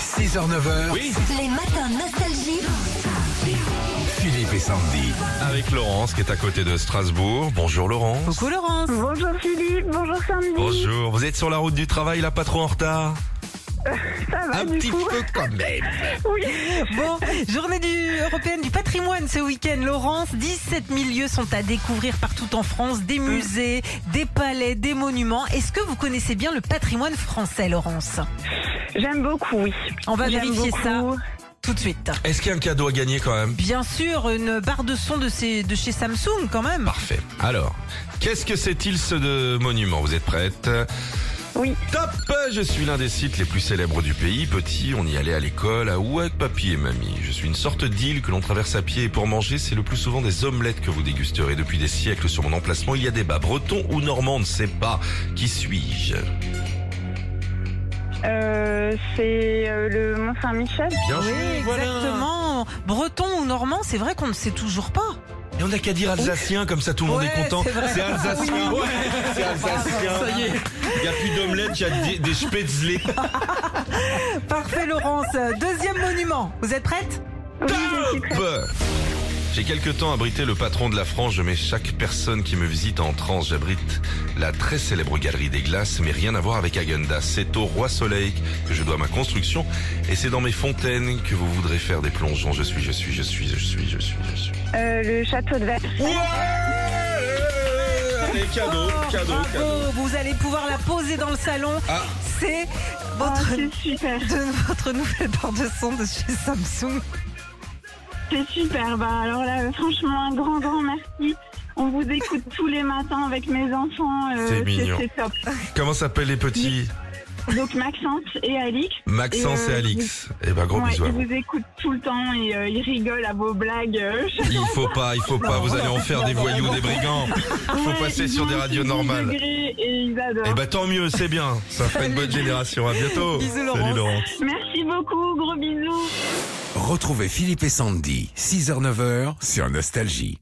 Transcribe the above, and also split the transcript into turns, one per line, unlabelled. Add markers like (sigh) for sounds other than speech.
6h-9h,
Oui,
Les matins nostalgiques.
Philippe et Sandy.
avec Laurence qui est à côté de Strasbourg. Bonjour Laurence.
Coucou Laurence.
Bonjour Philippe, bonjour Sandy.
Bonjour, vous êtes sur la route du travail là, pas trop en retard
Ça va
Un
du
petit
coup
peu quand même.
Oui.
(laughs) Bon, journée du- européenne du patrimoine ce week-end, Laurence. 17 000 lieux sont à découvrir partout en France, des
Mm.
musées, des palais, des monuments. Est-ce que vous connaissez bien le patrimoine français, Laurence
J'aime beaucoup, oui.
On va
J'aime
vérifier
beaucoup.
ça tout de suite.
Est-ce qu'il y a un cadeau à gagner quand même
Bien sûr, une barre de son de, ces- de chez Samsung quand même.
Parfait. Alors, qu'est-ce que c'est-il ce de monument Vous êtes prête
Oui.
Top Je suis l'un des sites les plus célèbres du pays. Petit, on y allait à l'école, à ou avec papy et mamie. Je suis une sorte d'île que l'on traverse à pied et pour manger, c'est le plus souvent des omelettes que vous dégusterez. Depuis des siècles, sur mon emplacement, il y a des bas bretons ou normands, on ne sait pas. Qui suis-je
Euh, c'est euh, le Mont Saint-Michel.
Bien
Oui,
joué, Ah, voilà.
exactement. Breton ou normand, c'est vrai qu'on ne sait toujours pas.
Et on n'a qu'à dire alsacien, comme ça tout le monde
Ouais,
est content.
c'est vrai.
C'est alsacien. Ouais, c'est alsacien.
Ça y est.
Il n'y a plus d'omelette, il y a des, des spätzle.
Parfait, Laurence.
(laughs)
Deuxième monument. Vous êtes prête
Oui, je suis prête.
Top J'ai quelque temps abrité le patron de la France, je mets chaque personne qui me visite en transe. J'abrite la très célèbre galerie des glaces, mais rien à voir avec Agenda. C'est au Roi Soleil que je dois ma construction, et c'est dans mes fontaines que vous voudrez faire des plongeons. Je suis, je suis, je suis, je suis, je suis, je suis.
Euh, le château de Versailles.
Ouais Allez, cadeau,
Oh,
cadeau,
bravo,
cadeau.
vous allez pouvoir la poser dans le salon.
Ah.
C'est
Oh,
votre,
c'est super,
de- votre nouvelle barre de son de chez Samsung.
c'est super. Bah, alors là, euh, franchement, un grand, grand merci. On vous écoute tous les matins avec mes enfants. euh,
C'est mignon.
C'est top.
Comment s'appellent les petits
Donc Maxence et Alix.
Maxence et
Euh,
Alix. Eh ben, gros
ouais,
bisous à
ils
vous.
vous écoutent tout le temps et euh, ils rigolent à vos blagues. euh,
Il faut pas, il faut pas, vous allez en faire des voyous, des brigands. Il faut
Ouais,
passer
ils
sur
ont
des
un
radios
petit
normales.
degré Et ils adorent.
Eh ben tant mieux, c'est bien. Ça fait une bonne génération. À bientôt.
Bisous,
Salut
Laurence.
Laurence.
Merci beaucoup, gros bisous.
Retrouvez Philippe et Sandy, 6h-9h sur Nostalgie.